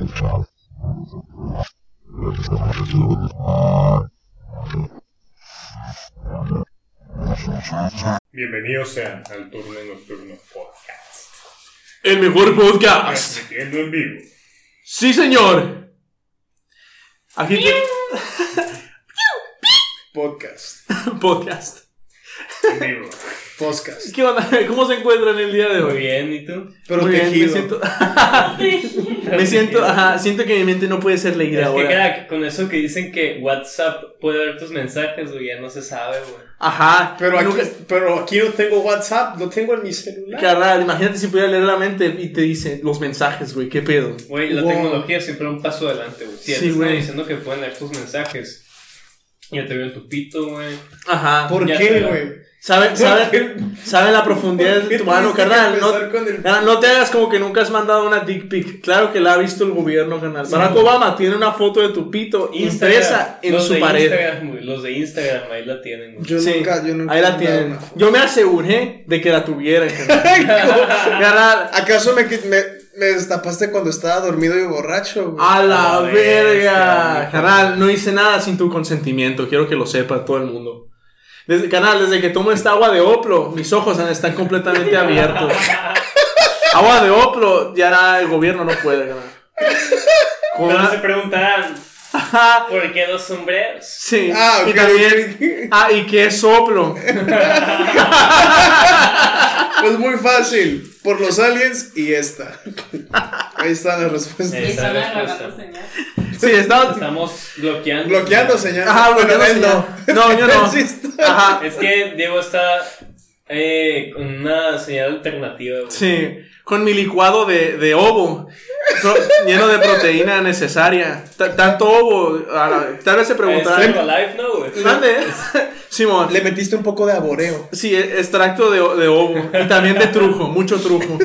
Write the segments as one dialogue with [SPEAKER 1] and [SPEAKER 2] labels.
[SPEAKER 1] сейчас. Это что можете узнать.
[SPEAKER 2] Bienvenidos sean al Turno Nocturno Podcast.
[SPEAKER 3] El mejor podcast.
[SPEAKER 2] Transmitiendo en vivo.
[SPEAKER 3] Sí, señor. Aquí
[SPEAKER 4] Podcast.
[SPEAKER 3] podcast.
[SPEAKER 2] En vivo.
[SPEAKER 4] Podcast.
[SPEAKER 3] ¿Qué onda? ¿Cómo se encuentran el día de
[SPEAKER 5] Muy
[SPEAKER 3] hoy?
[SPEAKER 5] bien, ¿y tú?
[SPEAKER 3] Muy bien, me
[SPEAKER 4] Protegido.
[SPEAKER 3] siento, me siento, ajá, siento que mi mente no puede ser leída
[SPEAKER 5] Es que
[SPEAKER 3] ahora.
[SPEAKER 5] crack, con eso que dicen que WhatsApp puede ver tus mensajes, güey, ya no se sabe, güey.
[SPEAKER 3] Ajá,
[SPEAKER 4] pero, aquí,
[SPEAKER 3] nunca-
[SPEAKER 4] pero aquí no tengo WhatsApp, no tengo en mi celular.
[SPEAKER 3] Carnal, imagínate si pudiera leer la mente y te dice los mensajes, güey, qué pedo.
[SPEAKER 5] Güey, la
[SPEAKER 4] Wow.
[SPEAKER 5] tecnología siempre va un paso adelante, güey.
[SPEAKER 3] Sí,
[SPEAKER 5] Si ya te
[SPEAKER 3] güey.
[SPEAKER 5] están diciendo que pueden leer tus mensajes, ya te veo tu pito, güey.
[SPEAKER 3] Ajá.
[SPEAKER 4] ¿Por
[SPEAKER 5] Ya
[SPEAKER 4] qué,
[SPEAKER 5] sé,
[SPEAKER 4] güey?
[SPEAKER 3] ¿Saben sabe,
[SPEAKER 4] ¿Por
[SPEAKER 3] sabe la profundidad
[SPEAKER 4] ¿Por qué
[SPEAKER 3] de tu mano,
[SPEAKER 4] tuviste que
[SPEAKER 3] carnal? No,
[SPEAKER 4] empezar con el-
[SPEAKER 3] carnal, no te hagas como que nunca has mandado una dick pic. Claro que la ha visto el gobierno, carnal. Barack Obama tiene una foto de tu pito impresa en
[SPEAKER 5] los
[SPEAKER 3] su
[SPEAKER 5] de
[SPEAKER 3] pared.
[SPEAKER 5] Instagram, güey, los de Instagram, ahí la tienen, güey.
[SPEAKER 4] Yo
[SPEAKER 3] Sí,
[SPEAKER 4] nunca, yo nunca.
[SPEAKER 3] ahí la
[SPEAKER 4] he mandado
[SPEAKER 3] tienen.
[SPEAKER 4] una foto.
[SPEAKER 3] Yo me aseguré de que la tuvieran, carnal. Carnal,
[SPEAKER 4] ¿Acaso me, qui- me, me destapaste cuando estaba dormido y borracho, güey?
[SPEAKER 3] A la
[SPEAKER 5] A la bestia,
[SPEAKER 3] verga.
[SPEAKER 5] mijo.
[SPEAKER 3] Canal, no hice nada sin tu consentimiento. Quiero que lo sepa todo el mundo. Desde, canal, desde que tomo esta agua de Oplo, mis ojos están completamente abiertos. Agua de Oplo, ya nada, el gobierno no puede ganar. Con
[SPEAKER 5] Pero
[SPEAKER 3] una-
[SPEAKER 5] se preguntan,
[SPEAKER 3] Ajá,
[SPEAKER 5] ¿por qué dos sombreros?
[SPEAKER 3] sí.
[SPEAKER 4] Ah,
[SPEAKER 3] y
[SPEAKER 4] ok.
[SPEAKER 3] también. Ah, ¿y qué es Oplo?
[SPEAKER 4] Pues muy fácil. Por los aliens y esta. Ahí están las respuestas.
[SPEAKER 5] Eh.
[SPEAKER 6] Están
[SPEAKER 5] Esa
[SPEAKER 6] agarrando
[SPEAKER 5] respuesta.
[SPEAKER 6] señal.
[SPEAKER 3] Sí, está.
[SPEAKER 5] Estamos bloqueando.
[SPEAKER 4] Bloqueando, señal.
[SPEAKER 3] Ajá,
[SPEAKER 4] Bueno, él
[SPEAKER 3] bloqueando señal. Ah, No, yo no.
[SPEAKER 4] Sí está.
[SPEAKER 3] Ajá.
[SPEAKER 5] Es que Diego está eh, con una señal alternativa, güey.
[SPEAKER 3] Sí, con mi licuado de, de ovo, pro- lleno de proteína necesaria. Ta- tanto ovo, a la- tal vez se
[SPEAKER 5] Está
[SPEAKER 3] preguntarán.
[SPEAKER 5] Herbalife, ¿no, güey?
[SPEAKER 3] ¿Dónde? Simón,
[SPEAKER 4] Le metiste un poco de aboreo.
[SPEAKER 3] sí, e- extracto de, o- de ovo y también de trujo, mucho trujo.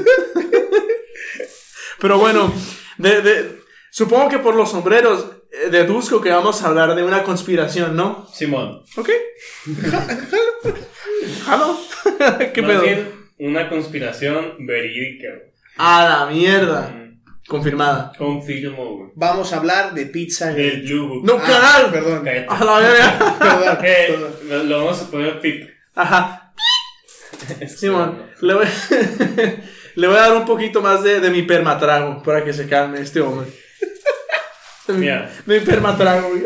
[SPEAKER 3] Pero bueno, de, de- supongo que por los sombreros eh, deduzco que vamos a hablar de una conspiración, ¿no?
[SPEAKER 5] Simón.
[SPEAKER 3] ¿Ok? ¿Jalo? ¿Qué
[SPEAKER 5] Más
[SPEAKER 3] pedo?
[SPEAKER 5] bien, una conspiración verídica. güey.
[SPEAKER 3] A la mierda.
[SPEAKER 5] Mm,
[SPEAKER 3] Confirmada.
[SPEAKER 5] Confirmo, güey.
[SPEAKER 4] Vamos a hablar de pizza.
[SPEAKER 5] El yugo.
[SPEAKER 3] No,
[SPEAKER 4] Ah,
[SPEAKER 3] canal.
[SPEAKER 4] Perdón.
[SPEAKER 5] Cállate.
[SPEAKER 3] A la verga.
[SPEAKER 4] Perdón.
[SPEAKER 5] Eh,
[SPEAKER 4] perdón.
[SPEAKER 5] lo, lo vamos a poner pip.
[SPEAKER 3] Ajá. Simón, le voy, le voy a dar un poquito más de, de mi permatrago para que se calme este hombre. Mi-
[SPEAKER 5] Mira.
[SPEAKER 3] Mi permatrago. güey.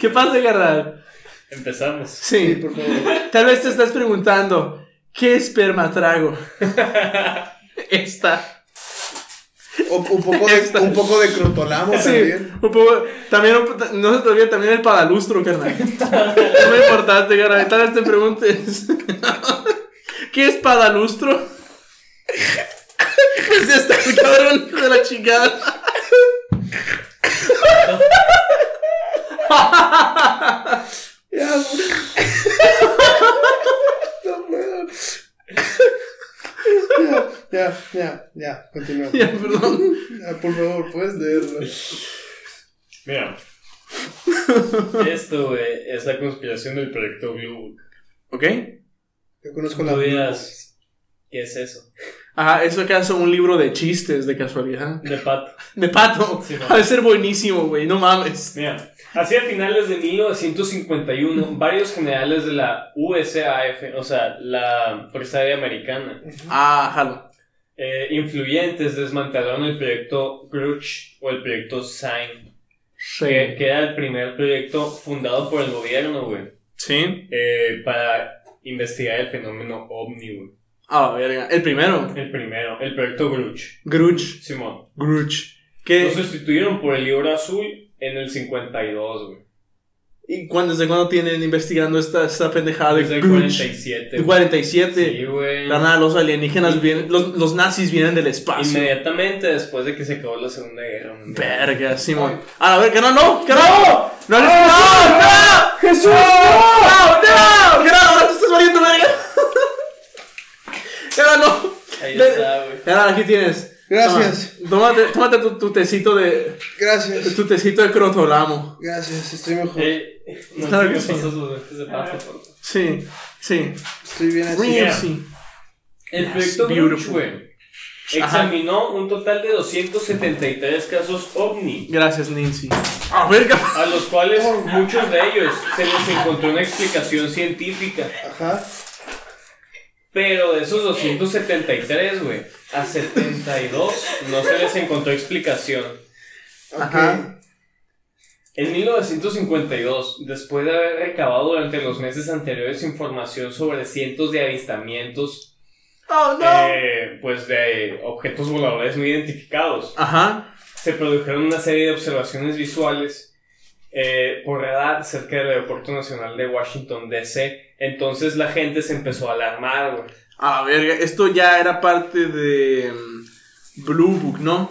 [SPEAKER 3] ¿Qué pasa, carnal?
[SPEAKER 5] Empezamos.
[SPEAKER 4] Sí,
[SPEAKER 3] Sí.
[SPEAKER 4] por favor.
[SPEAKER 3] Tal vez te estás preguntando, ¿qué es permatrago? Esta.
[SPEAKER 4] O- un, poco de, un poco de crotolamo
[SPEAKER 3] Sí,
[SPEAKER 4] también.
[SPEAKER 3] un poco, también, un- no se te olvide también el padalustro, carnal. Es muy importante, carnal. Tal vez te preguntes, ¿qué es padalustro? Pues ya está el cabrón hijo de la chingada.
[SPEAKER 4] Ya, güey. No puedo. Ya, ya, ya, ya, continúa.
[SPEAKER 3] Ya, perdón.
[SPEAKER 4] Ya, por favor, puedes leerlo.
[SPEAKER 5] Mira. Esto, güey, es la conspiración del proyecto Blue. Book.
[SPEAKER 3] ¿Ok?
[SPEAKER 4] Yo conozco la.
[SPEAKER 5] Tú dirás, ¿qué es eso?
[SPEAKER 3] Ajá, eso que hace un libro de chistes de casualidad.
[SPEAKER 5] De pato.
[SPEAKER 3] De pato.
[SPEAKER 5] Sí, no.
[SPEAKER 3] Va a ser buenísimo, güey. No mames.
[SPEAKER 5] Mira, hacia finales de 1951, varios generales de la USAF, o sea, la Fuerza Aérea Americana,
[SPEAKER 3] Ah, jalo.
[SPEAKER 5] eh, influyentes desmantelaron el proyecto Grudge o el proyecto Sign, que,
[SPEAKER 3] Sí.
[SPEAKER 5] que era el primer proyecto fundado por el gobierno, güey,
[SPEAKER 3] ¿Sí?
[SPEAKER 5] eh, para investigar el fenómeno ovni, güey.
[SPEAKER 3] Ah, verga. El primero.
[SPEAKER 5] El primero, el proyecto Grudge,
[SPEAKER 3] Grudge.
[SPEAKER 5] Simón.
[SPEAKER 3] Grudge.
[SPEAKER 5] Lo
[SPEAKER 3] ¿Qué?
[SPEAKER 5] sustituyeron por el libro azul en el 52, güey.
[SPEAKER 3] ¿Y cuándo, desde cuándo tienen investigando esta, esta pendejada Ah, de
[SPEAKER 5] Desde el
[SPEAKER 3] Grudge?
[SPEAKER 5] 47.
[SPEAKER 3] El
[SPEAKER 5] güey.
[SPEAKER 3] 47.
[SPEAKER 5] Sí, güey.
[SPEAKER 3] Carnal, los alienígenas vienen, los, los nazis vienen del espacio.
[SPEAKER 5] Inmediatamente después de que se acabó la Segunda Guerra Mundial.
[SPEAKER 3] Verga, Simón. A la verga, no, no, que no, no, no, no,
[SPEAKER 5] ¡Ah,
[SPEAKER 3] no, Jesús, no, no, que no, ahora te estás valiendo verga. Carnal, no.
[SPEAKER 5] Ahí está, güey.
[SPEAKER 3] Carnal, aquí tienes.
[SPEAKER 4] Gracias.
[SPEAKER 3] Toma- Tómate, tómate tu, tu tecito de,
[SPEAKER 4] Gracias,
[SPEAKER 3] tu tecito de crotolamo.
[SPEAKER 4] gracias, estoy mejor.
[SPEAKER 5] Eh, no
[SPEAKER 3] Claro
[SPEAKER 5] sé
[SPEAKER 3] que
[SPEAKER 5] qué
[SPEAKER 3] sí.
[SPEAKER 5] pasó sus lentes de pato, por favor.
[SPEAKER 3] Sí, sí.
[SPEAKER 4] Estoy bien así.
[SPEAKER 5] Mira.
[SPEAKER 3] Sí.
[SPEAKER 5] El
[SPEAKER 3] Yes,
[SPEAKER 5] proyecto
[SPEAKER 3] beautiful.
[SPEAKER 5] Grudge, güey, examinó un total de 273 casos ovni,
[SPEAKER 3] Gracias, Nancy. A ver, cap-
[SPEAKER 5] a los cuales muchos de ellos se les encontró una explicación científica.
[SPEAKER 4] Ajá.
[SPEAKER 5] Pero de esos 273, güey, a 72 no se les encontró explicación.
[SPEAKER 4] ok.
[SPEAKER 3] Ajá.
[SPEAKER 5] En 1952, después de haber recabado durante los meses anteriores información sobre cientos de avistamientos,
[SPEAKER 3] Oh,
[SPEAKER 5] eh, pues de objetos voladores no identificados,
[SPEAKER 3] Ajá.
[SPEAKER 5] se produjeron una serie de observaciones visuales eh, por radar cerca del Aeropuerto Nacional de Washington, D.C. Entonces la gente se empezó a alarmar, güey.
[SPEAKER 3] A ver, esto ya era parte de mm, Blue Book, ¿no?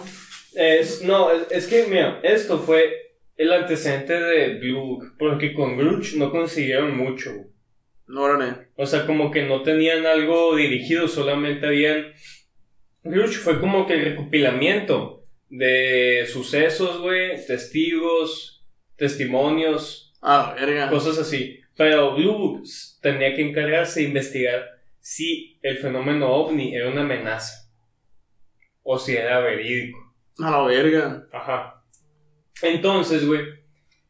[SPEAKER 5] Es- no, es, es que, mira, esto fue el antecedente de Blue Book, porque con Grudge no consiguieron mucho. güey.
[SPEAKER 3] No, órale.
[SPEAKER 5] O sea, como que no tenían algo dirigido, solamente habían... Grudge fue como que el recopilamiento de sucesos, güey, testigos, testimonios,
[SPEAKER 3] Ah, verga.
[SPEAKER 5] cosas así. Pero Blue Book tenía que encargarse de investigar si el fenómeno ovni era una amenaza o si era verídico.
[SPEAKER 3] A la verga.
[SPEAKER 5] Ajá. Entonces, güey,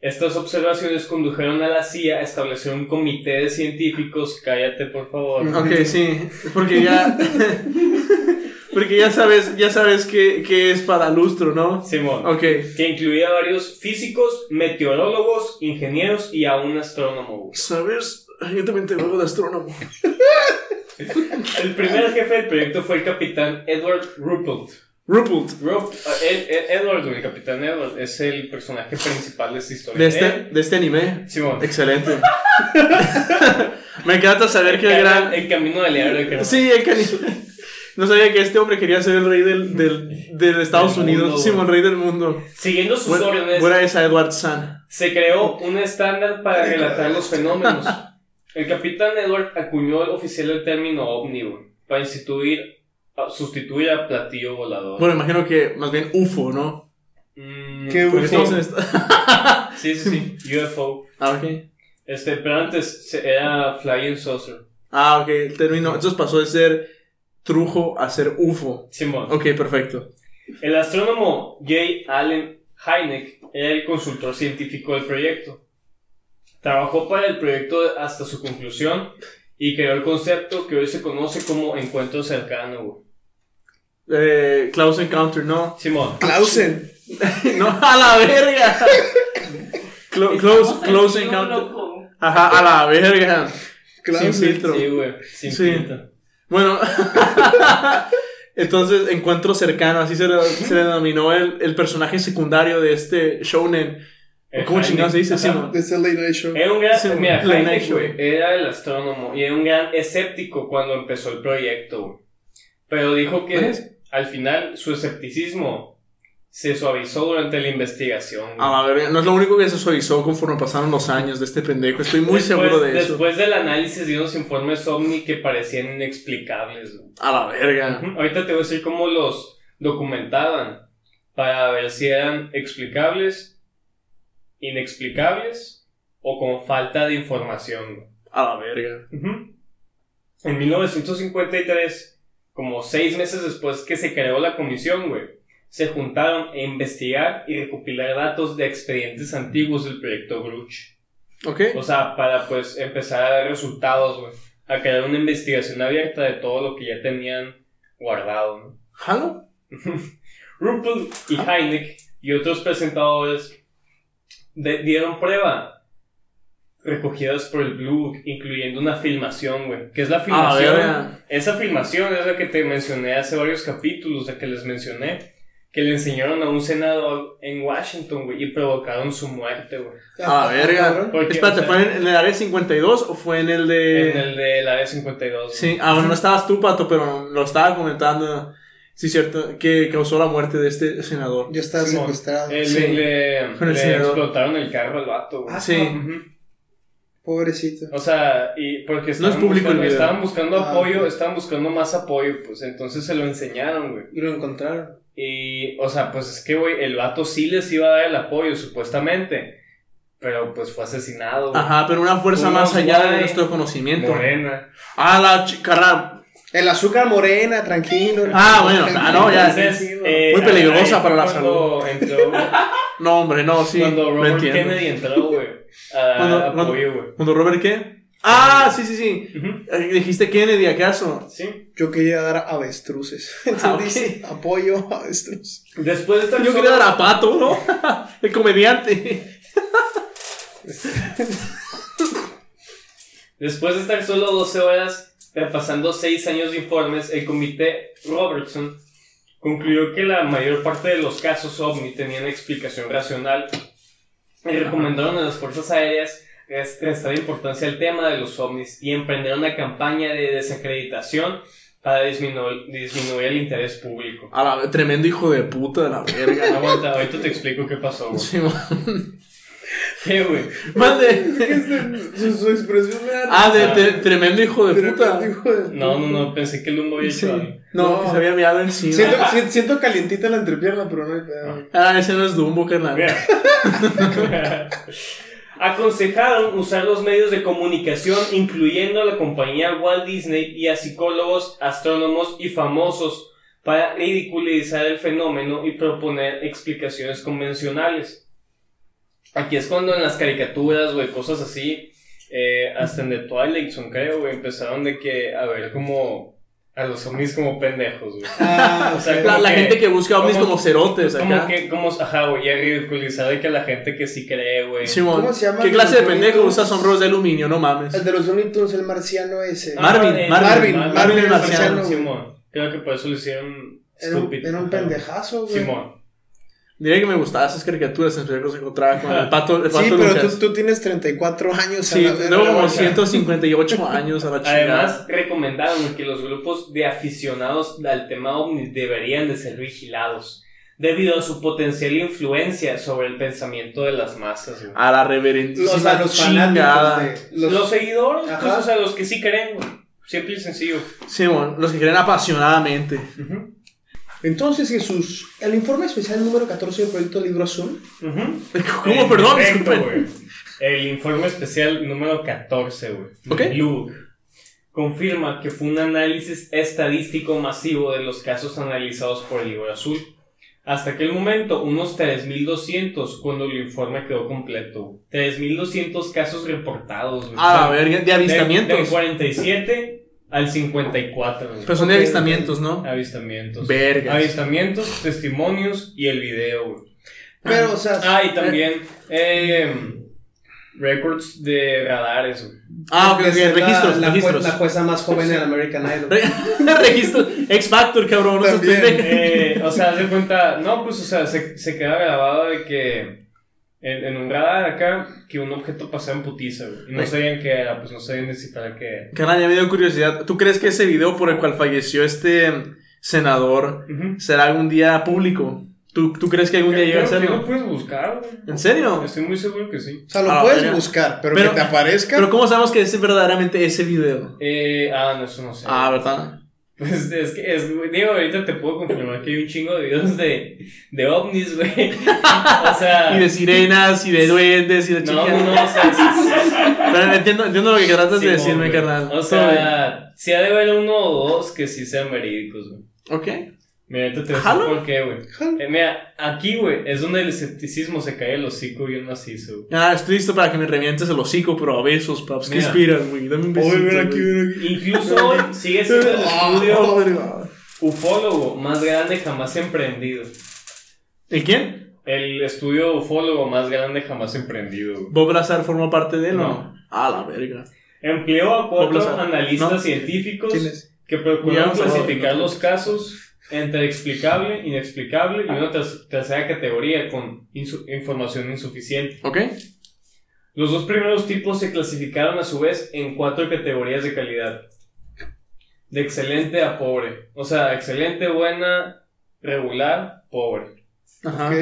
[SPEAKER 5] estas observaciones condujeron a la CIA a establecer un comité de científicos. Cállate, por favor.
[SPEAKER 3] Ok, sí. Porque ya. porque ya sabes, ya sabes qué, qué es para lustro, ¿no?
[SPEAKER 5] Simón.
[SPEAKER 3] Ok.
[SPEAKER 5] Que incluía varios físicos, meteorólogos, ingenieros y a un astrónomo. güey.
[SPEAKER 3] ¿Sabes? Yo también tengo algo de astrónomo.
[SPEAKER 5] El primer jefe del proyecto fue el capitán Edward Ruppelt.
[SPEAKER 3] Rupert.
[SPEAKER 5] Rob, eh, Ed- Ed- Edward, el Capitán Edward, es el personaje principal de esta historia.
[SPEAKER 3] De este,
[SPEAKER 5] Él-
[SPEAKER 3] de este anime.
[SPEAKER 5] Simón.
[SPEAKER 3] Excelente. Me encanta saber que el
[SPEAKER 5] el,
[SPEAKER 3] gran.
[SPEAKER 5] el camino del héroe. que no-
[SPEAKER 3] Sí, el cani- No sabía que este hombre quería ser el rey del, del, del Estados
[SPEAKER 5] Del mundo,
[SPEAKER 3] Unidos.
[SPEAKER 5] güey.
[SPEAKER 3] Sí, el rey del mundo.
[SPEAKER 5] Siguiendo sus
[SPEAKER 3] Fuera
[SPEAKER 5] órdenes,
[SPEAKER 3] fuera esa Edward San.
[SPEAKER 5] se creó un estándar para relatar los fenómenos. El Capitán Edward acuñó oficial el término ómnibus para instituir, a- sustituir a platillo volador.
[SPEAKER 3] Bueno, imagino que más bien UFO, ¿no?
[SPEAKER 5] Mm,
[SPEAKER 4] ¿Qué
[SPEAKER 3] Porque
[SPEAKER 5] pues
[SPEAKER 3] estamos en
[SPEAKER 5] sí,
[SPEAKER 3] esta.
[SPEAKER 5] sí, sí, sí, UFO.
[SPEAKER 3] Ah, ok.
[SPEAKER 5] Este, pero antes se- era Flying Saucer.
[SPEAKER 3] Ah, ok, el término. Entonces pasó de ser trujo a ser UFO.
[SPEAKER 5] Simón.
[SPEAKER 3] Ok, perfecto.
[SPEAKER 5] El astrónomo J. Allen Hynek era el consultor científico del proyecto. Trabajó para el proyecto hasta su conclusión y creó el concepto que hoy se conoce como encuentro cercano. güey.
[SPEAKER 3] Eh, Klaus Encounter, no.
[SPEAKER 5] Simón,
[SPEAKER 4] Clausen.
[SPEAKER 3] no, a la verga. Clo- close,
[SPEAKER 6] Estamos
[SPEAKER 3] close
[SPEAKER 6] en vivo,
[SPEAKER 3] Encounter.
[SPEAKER 6] loco.
[SPEAKER 3] Ajá, a la verga. Sin
[SPEAKER 4] Clausen.
[SPEAKER 3] filtro.
[SPEAKER 5] sí, güey, sin
[SPEAKER 3] Sí.
[SPEAKER 5] filtro.
[SPEAKER 3] Bueno, entonces encuentro cercano, así se le, se le denominó el, el personaje secundario de este shounen.
[SPEAKER 5] El
[SPEAKER 3] ¿Cómo
[SPEAKER 5] Hynek,
[SPEAKER 3] chingados se dice?
[SPEAKER 5] ajá.
[SPEAKER 3] Sí, ¿no?
[SPEAKER 4] De ese late night
[SPEAKER 3] Eh,
[SPEAKER 4] show.
[SPEAKER 5] Era un gran,
[SPEAKER 3] Sí,
[SPEAKER 5] mira,
[SPEAKER 3] la
[SPEAKER 5] Hynek,
[SPEAKER 3] Nation.
[SPEAKER 5] güey, era el astrónomo y era un gran escéptico cuando empezó el proyecto, güey. Pero dijo que
[SPEAKER 3] ¿Ves?
[SPEAKER 5] al final su escepticismo se suavizó durante la investigación. güey.
[SPEAKER 3] A la verga, no es lo único que se suavizó conforme pasaron los años de este pendejo, estoy muy
[SPEAKER 5] Después-
[SPEAKER 3] seguro de eso.
[SPEAKER 5] Después del análisis de unos informes ovni que parecían inexplicables. güey.
[SPEAKER 3] A la verga.
[SPEAKER 5] Ujú. Ahorita te voy a decir cómo los documentaban para ver si eran explicables, inexplicables o con falta de información.
[SPEAKER 3] A la verga.
[SPEAKER 5] güey. Ujú. En 1953, como seis meses después que se creó la comisión, güey, se juntaron a investigar y recopilar datos de expedientes antiguos del proyecto Gruch.
[SPEAKER 3] ¿Ok?
[SPEAKER 5] O sea, para pues empezar a dar resultados, güey. A crear una investigación abierta de todo lo que ya tenían guardado, ¿no?
[SPEAKER 3] ¿Jalo?
[SPEAKER 5] Ruppel y Heineck y otros presentadores de- dieron prueba recogidas por el Blue Book, incluyendo una filmación, güey. Que es la filmación.
[SPEAKER 3] verga.
[SPEAKER 5] esa filmación es la que te mencioné hace varios capítulos, la que les mencioné. Que le enseñaron a un senador en Washington, güey, y provocaron su muerte, güey.
[SPEAKER 3] A la
[SPEAKER 4] Ah,
[SPEAKER 3] verga.
[SPEAKER 5] Porque,
[SPEAKER 3] Espérate,
[SPEAKER 5] o sea-
[SPEAKER 3] ¿fue en, en el área 52 o fue en el de.?
[SPEAKER 5] En el del área 52. güey.
[SPEAKER 3] Sí, ah, bueno, no estabas tú, pato, pero lo estaba comentando. Sí, cierto, que causó la muerte de este senador.
[SPEAKER 4] Ya está
[SPEAKER 5] Simón.
[SPEAKER 4] secuestrado.
[SPEAKER 5] Eh,
[SPEAKER 3] Sí.
[SPEAKER 5] le, le-
[SPEAKER 3] Con el
[SPEAKER 5] le
[SPEAKER 3] senador.
[SPEAKER 5] explotaron el carro al vato, güey.
[SPEAKER 4] Ah,
[SPEAKER 3] Sí.
[SPEAKER 5] Ujú.
[SPEAKER 4] Pobrecito.
[SPEAKER 5] O sea, y porque
[SPEAKER 3] No es
[SPEAKER 5] estaban
[SPEAKER 3] público el
[SPEAKER 5] buscando,
[SPEAKER 3] video.
[SPEAKER 5] estaban buscando
[SPEAKER 4] Ah,
[SPEAKER 5] apoyo,
[SPEAKER 4] ok.
[SPEAKER 5] estaban buscando más apoyo, pues entonces se lo enseñaron, güey.
[SPEAKER 4] Y lo encontraron.
[SPEAKER 5] Y, o sea, pues es que, güey, el vato sí les iba a dar el apoyo, supuestamente. Pero pues fue asesinado, güey.
[SPEAKER 3] Ajá, pero una fuerza
[SPEAKER 5] Unos
[SPEAKER 3] más allá de
[SPEAKER 5] guay.
[SPEAKER 3] nuestro conocimiento.
[SPEAKER 5] Morena.
[SPEAKER 3] Ah, la chica,
[SPEAKER 4] El azúcar morena, tranquilo.
[SPEAKER 3] Ah, bueno, ah, no, ya.
[SPEAKER 5] Entonces, eh,
[SPEAKER 3] Muy peligrosa
[SPEAKER 5] ahí fue
[SPEAKER 3] para la
[SPEAKER 5] cuando Entró,
[SPEAKER 3] No, hombre, no, sí.
[SPEAKER 5] cuando
[SPEAKER 3] no
[SPEAKER 5] Robert
[SPEAKER 3] entiendo.
[SPEAKER 5] Kennedy entró, güey.
[SPEAKER 3] Cuando-
[SPEAKER 5] A
[SPEAKER 3] cuando-
[SPEAKER 5] apoyo, güey.
[SPEAKER 3] ¿Cuando Robert qué? Ah, sí, sí, sí.
[SPEAKER 5] Ujú,
[SPEAKER 3] Eh, Dijiste Kennedy, ¿acaso?
[SPEAKER 5] Sí.
[SPEAKER 4] Yo quería dar avestruces. Entonces
[SPEAKER 3] Ah, ok.
[SPEAKER 4] dice, apoyo avestruz.
[SPEAKER 5] Después de esta
[SPEAKER 3] Yo quería dar a Pato, ¿no? El comediante.
[SPEAKER 5] Después de estar solo 12 horas repasando 6 años de informes, el comité Robertson concluyó que la mayor parte de los casos ovni tenían explicación racional y recomendaron a las fuerzas aéreas res- restar importancia al tema de los ovnis y emprender una campaña de desacreditación para disminu- disminuir el interés público.
[SPEAKER 3] A la, tremendo hijo de puta de la verga.
[SPEAKER 5] Aguanta, ahorita te explico qué pasó, güey.
[SPEAKER 3] Sí, man.
[SPEAKER 5] ¿Qué, güey?
[SPEAKER 3] Mande.
[SPEAKER 4] Su, su expresión me da
[SPEAKER 3] Ah, de, de- tremendo hijo de puta.
[SPEAKER 4] tremendo, hijo de-
[SPEAKER 5] No, no, no, pensé que el humo había
[SPEAKER 3] Sí.
[SPEAKER 5] hecho algo.
[SPEAKER 3] No,
[SPEAKER 4] No.
[SPEAKER 3] que se había mirado encima.
[SPEAKER 4] Siento, si- siento calientita la entrepierna, pero no hay pedo.
[SPEAKER 3] Ah, ese no es Dumbo, carnal.
[SPEAKER 5] Mira. Aconsejaron usar los medios de comunicación, incluyendo a la compañía Walt Disney y a psicólogos, astrónomos y famosos, para ridiculizar el fenómeno y proponer explicaciones convencionales. Aquí es cuando en las caricaturas, güey, cosas así, eh, hasta en The Twilight Zone, creo, güey, empezaron de que a ver como a los ovnis como pendejos, güey.
[SPEAKER 4] Ah,
[SPEAKER 5] O sea,
[SPEAKER 3] La, la
[SPEAKER 5] que-
[SPEAKER 3] gente que busca ovnis
[SPEAKER 5] como-
[SPEAKER 3] como cerotes
[SPEAKER 5] Como
[SPEAKER 3] acá.
[SPEAKER 5] que, como, ajá, güey, ya ridiculizar de que la gente que sí cree, güey.
[SPEAKER 3] Simón.
[SPEAKER 4] ¿Cómo se llama
[SPEAKER 3] ¿Qué
[SPEAKER 4] el
[SPEAKER 3] clase de
[SPEAKER 4] bonito?
[SPEAKER 3] pendejo usa sombreros de aluminio? No mames.
[SPEAKER 4] el de los Looney Tunes, el marciano ese.
[SPEAKER 5] Ah,
[SPEAKER 3] Marvin,
[SPEAKER 5] eh,
[SPEAKER 3] Marvin,
[SPEAKER 4] Marvin,
[SPEAKER 3] Marvin
[SPEAKER 4] Marvin
[SPEAKER 3] el marciano.
[SPEAKER 4] güey.
[SPEAKER 5] Simón. Creo que por eso lo hicieron
[SPEAKER 4] era, un,
[SPEAKER 5] estúpido.
[SPEAKER 4] era un
[SPEAKER 5] ajá.
[SPEAKER 4] pendejazo, güey.
[SPEAKER 5] Simón.
[SPEAKER 3] Diría que me gustaban esas caricaturas, en especial cuando se encontraba con el pato, el pato
[SPEAKER 4] Sí, pero
[SPEAKER 3] Lucas.
[SPEAKER 4] tú, tú tienes 34 años.
[SPEAKER 3] Sí,
[SPEAKER 4] a la
[SPEAKER 3] tengo
[SPEAKER 4] verga,
[SPEAKER 3] como
[SPEAKER 4] güey.
[SPEAKER 3] 158 años a la chingada.
[SPEAKER 5] Además, recomendaron que los grupos de aficionados al tema ovni deberían de ser vigilados debido a su potencial influencia sobre el pensamiento de las masas. güey.
[SPEAKER 3] a la
[SPEAKER 4] Los,
[SPEAKER 3] reverendísima
[SPEAKER 4] a los
[SPEAKER 3] chingada.
[SPEAKER 4] fanáticos de-
[SPEAKER 5] los, seguidores,
[SPEAKER 4] Ah, Ajá.
[SPEAKER 5] pues, o sea, los que sí creen, güey. Simple y sencillo.
[SPEAKER 3] Sí, mon, los que creen apasionadamente.
[SPEAKER 5] Ujú,
[SPEAKER 4] Entonces, Jesús, el informe especial número 14 del proyecto Libro Azul.
[SPEAKER 5] ujú.
[SPEAKER 3] ¿Cómo?
[SPEAKER 5] En
[SPEAKER 3] Perdón,
[SPEAKER 5] efecto,
[SPEAKER 3] disculpen.
[SPEAKER 5] güey. El informe especial número 14, güey.
[SPEAKER 3] Ok.
[SPEAKER 5] Luke. Confirma que fue un análisis estadístico masivo de los casos analizados por el libro azul. Hasta aquel momento, unos 3.200 cuando el informe quedó completo. 3.200 casos reportados. güey.
[SPEAKER 3] A la verga, de
[SPEAKER 5] De-
[SPEAKER 3] avistamientos.
[SPEAKER 5] Del 47 al 54. güey.
[SPEAKER 3] Pero son de avistamientos, ¿no?
[SPEAKER 5] Ah, Avistamientos.
[SPEAKER 3] Vergas.
[SPEAKER 5] Avistamientos, testimonios y el video, güey.
[SPEAKER 4] Pero, o sea,
[SPEAKER 5] Ah, y también eh, records de radares. güey.
[SPEAKER 3] Ah, ok, ok,
[SPEAKER 4] es la-
[SPEAKER 3] registros,
[SPEAKER 4] la, jue-
[SPEAKER 3] registros.
[SPEAKER 4] la jueza más joven en American
[SPEAKER 3] eh,
[SPEAKER 4] Idol.
[SPEAKER 3] registros. X Factor, cabrón. No seas
[SPEAKER 4] También.
[SPEAKER 3] pendejo.
[SPEAKER 5] Eh, o sea, haz de cuenta, no, pues, o sea, se, se queda grabado de que en, en un radar acá, que un objeto pasaba en putiza, güey. Y no sabían qué era, pues no sabían descifrar qué era.
[SPEAKER 3] Canal, ya me dio curiosidad. ¿Tú crees que ese video por el cual falleció este mm, senador
[SPEAKER 5] Ujú.
[SPEAKER 3] será algún día público? ¿Tú, tú crees que algún día llegue a
[SPEAKER 5] Creo que lo
[SPEAKER 3] serlo?
[SPEAKER 5] puedes buscar, güey.
[SPEAKER 3] ¿En serio?
[SPEAKER 5] Estoy muy seguro que sí.
[SPEAKER 4] O sea, lo
[SPEAKER 3] Ah,
[SPEAKER 4] puedes
[SPEAKER 3] verga.
[SPEAKER 4] buscar, pero,
[SPEAKER 3] Pero-
[SPEAKER 4] que te aparezca.
[SPEAKER 3] Pero ¿cómo sabemos que es verdaderamente ese video?
[SPEAKER 5] Eh, ah, no, eso no sé.
[SPEAKER 3] Ah, ¿verdad?
[SPEAKER 5] Pues es que, es, güey, digo, ahorita te puedo confirmar que hay un chingo de videos de, de ovnis, güey. O sea...
[SPEAKER 3] Y de sirenas, y de duendes, y de
[SPEAKER 5] no,
[SPEAKER 3] chicas.
[SPEAKER 5] no, no, o sea, sí, sí.
[SPEAKER 3] Pero entiendo, entiendo lo que tratas de
[SPEAKER 5] Sí,
[SPEAKER 3] decirme,
[SPEAKER 5] güey.
[SPEAKER 3] carnal.
[SPEAKER 5] O
[SPEAKER 3] Todo bien.
[SPEAKER 5] sea, si ha de haber uno o dos que sí sean verídicos, güey.
[SPEAKER 3] Ok.
[SPEAKER 5] Mira, ahorita te voy a decir
[SPEAKER 3] ¿Jalo?
[SPEAKER 5] por qué, güey. Eh, mira, aquí, güey, es donde el escepticismo se cae el hocico bien macizo, güey.
[SPEAKER 3] Ah, estoy listo para que me revientes el hocico, pero a besos, paps. ¿Qué
[SPEAKER 5] Mira.
[SPEAKER 3] esperas, güey? Ah. Dame un besito.
[SPEAKER 4] Oye, ven aquí, ven aquí.
[SPEAKER 5] Incluso hoy sigue siendo el estudio
[SPEAKER 3] verga.
[SPEAKER 5] ufólogo más grande jamás emprendido.
[SPEAKER 3] ¿Y quién?
[SPEAKER 5] El estudio ufólogo más grande jamás emprendido, güey.
[SPEAKER 3] ¿Bob Lazar formó parte de él o
[SPEAKER 5] No.
[SPEAKER 3] Ah, la verga.
[SPEAKER 5] Empleó a
[SPEAKER 3] Pablo
[SPEAKER 5] cuatro
[SPEAKER 3] Sa-
[SPEAKER 5] analistas
[SPEAKER 3] ¿no?
[SPEAKER 5] científicos
[SPEAKER 4] ¿Quién es?
[SPEAKER 5] que procuran
[SPEAKER 3] Vamos a ver,
[SPEAKER 5] clasificar
[SPEAKER 3] ¿no?
[SPEAKER 5] los casos entre explicable, inexplicable y una ter- tercera categoría con insu- información insuficiente.
[SPEAKER 3] ¿Ok?
[SPEAKER 5] Los dos primeros tipos se clasificaron a su vez en cuatro categorías de calidad. De excelente a pobre. O sea, excelente, buena, regular, pobre.
[SPEAKER 3] Ajá.
[SPEAKER 4] Ok.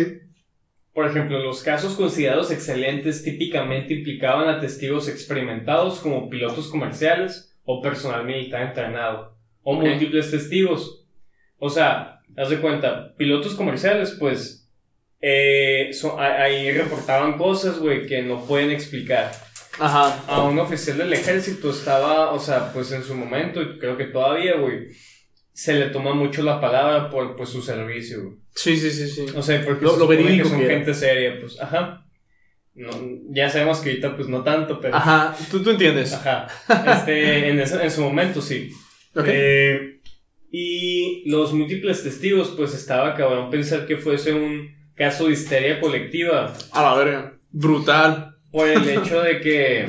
[SPEAKER 5] Por ejemplo, los casos considerados excelentes típicamente implicaban a testigos experimentados como pilotos comerciales o personal militar entrenado, o
[SPEAKER 3] Ok.
[SPEAKER 5] múltiples testigos. O sea, haz de cuenta, pilotos comerciales, pues, eh, so- a- ahí reportaban cosas, güey, que no pueden explicar.
[SPEAKER 3] Ajá.
[SPEAKER 5] a un oficial del ejército estaba, o sea, pues en su momento, y creo que todavía, güey, se le toma mucho la palabra por pues, su servicio, güey.
[SPEAKER 3] Sí, sí, sí, sí.
[SPEAKER 5] O sea, porque
[SPEAKER 3] Lo-
[SPEAKER 5] se
[SPEAKER 3] lo
[SPEAKER 5] supone
[SPEAKER 3] verídico
[SPEAKER 5] que son
[SPEAKER 3] que era.
[SPEAKER 5] gente seria, pues, ajá. No, ya sabemos que ahorita, pues, no tanto, pero...
[SPEAKER 3] Ajá. Tú, tú entiendes.
[SPEAKER 5] Ajá. Este, en, ese- en su momento, sí.
[SPEAKER 3] Ok.
[SPEAKER 5] Eh, y los múltiples testigos, pues, estaba cabrón pensar que fuese un caso de histeria colectiva
[SPEAKER 3] A la verga. Brutal.
[SPEAKER 5] por el hecho de que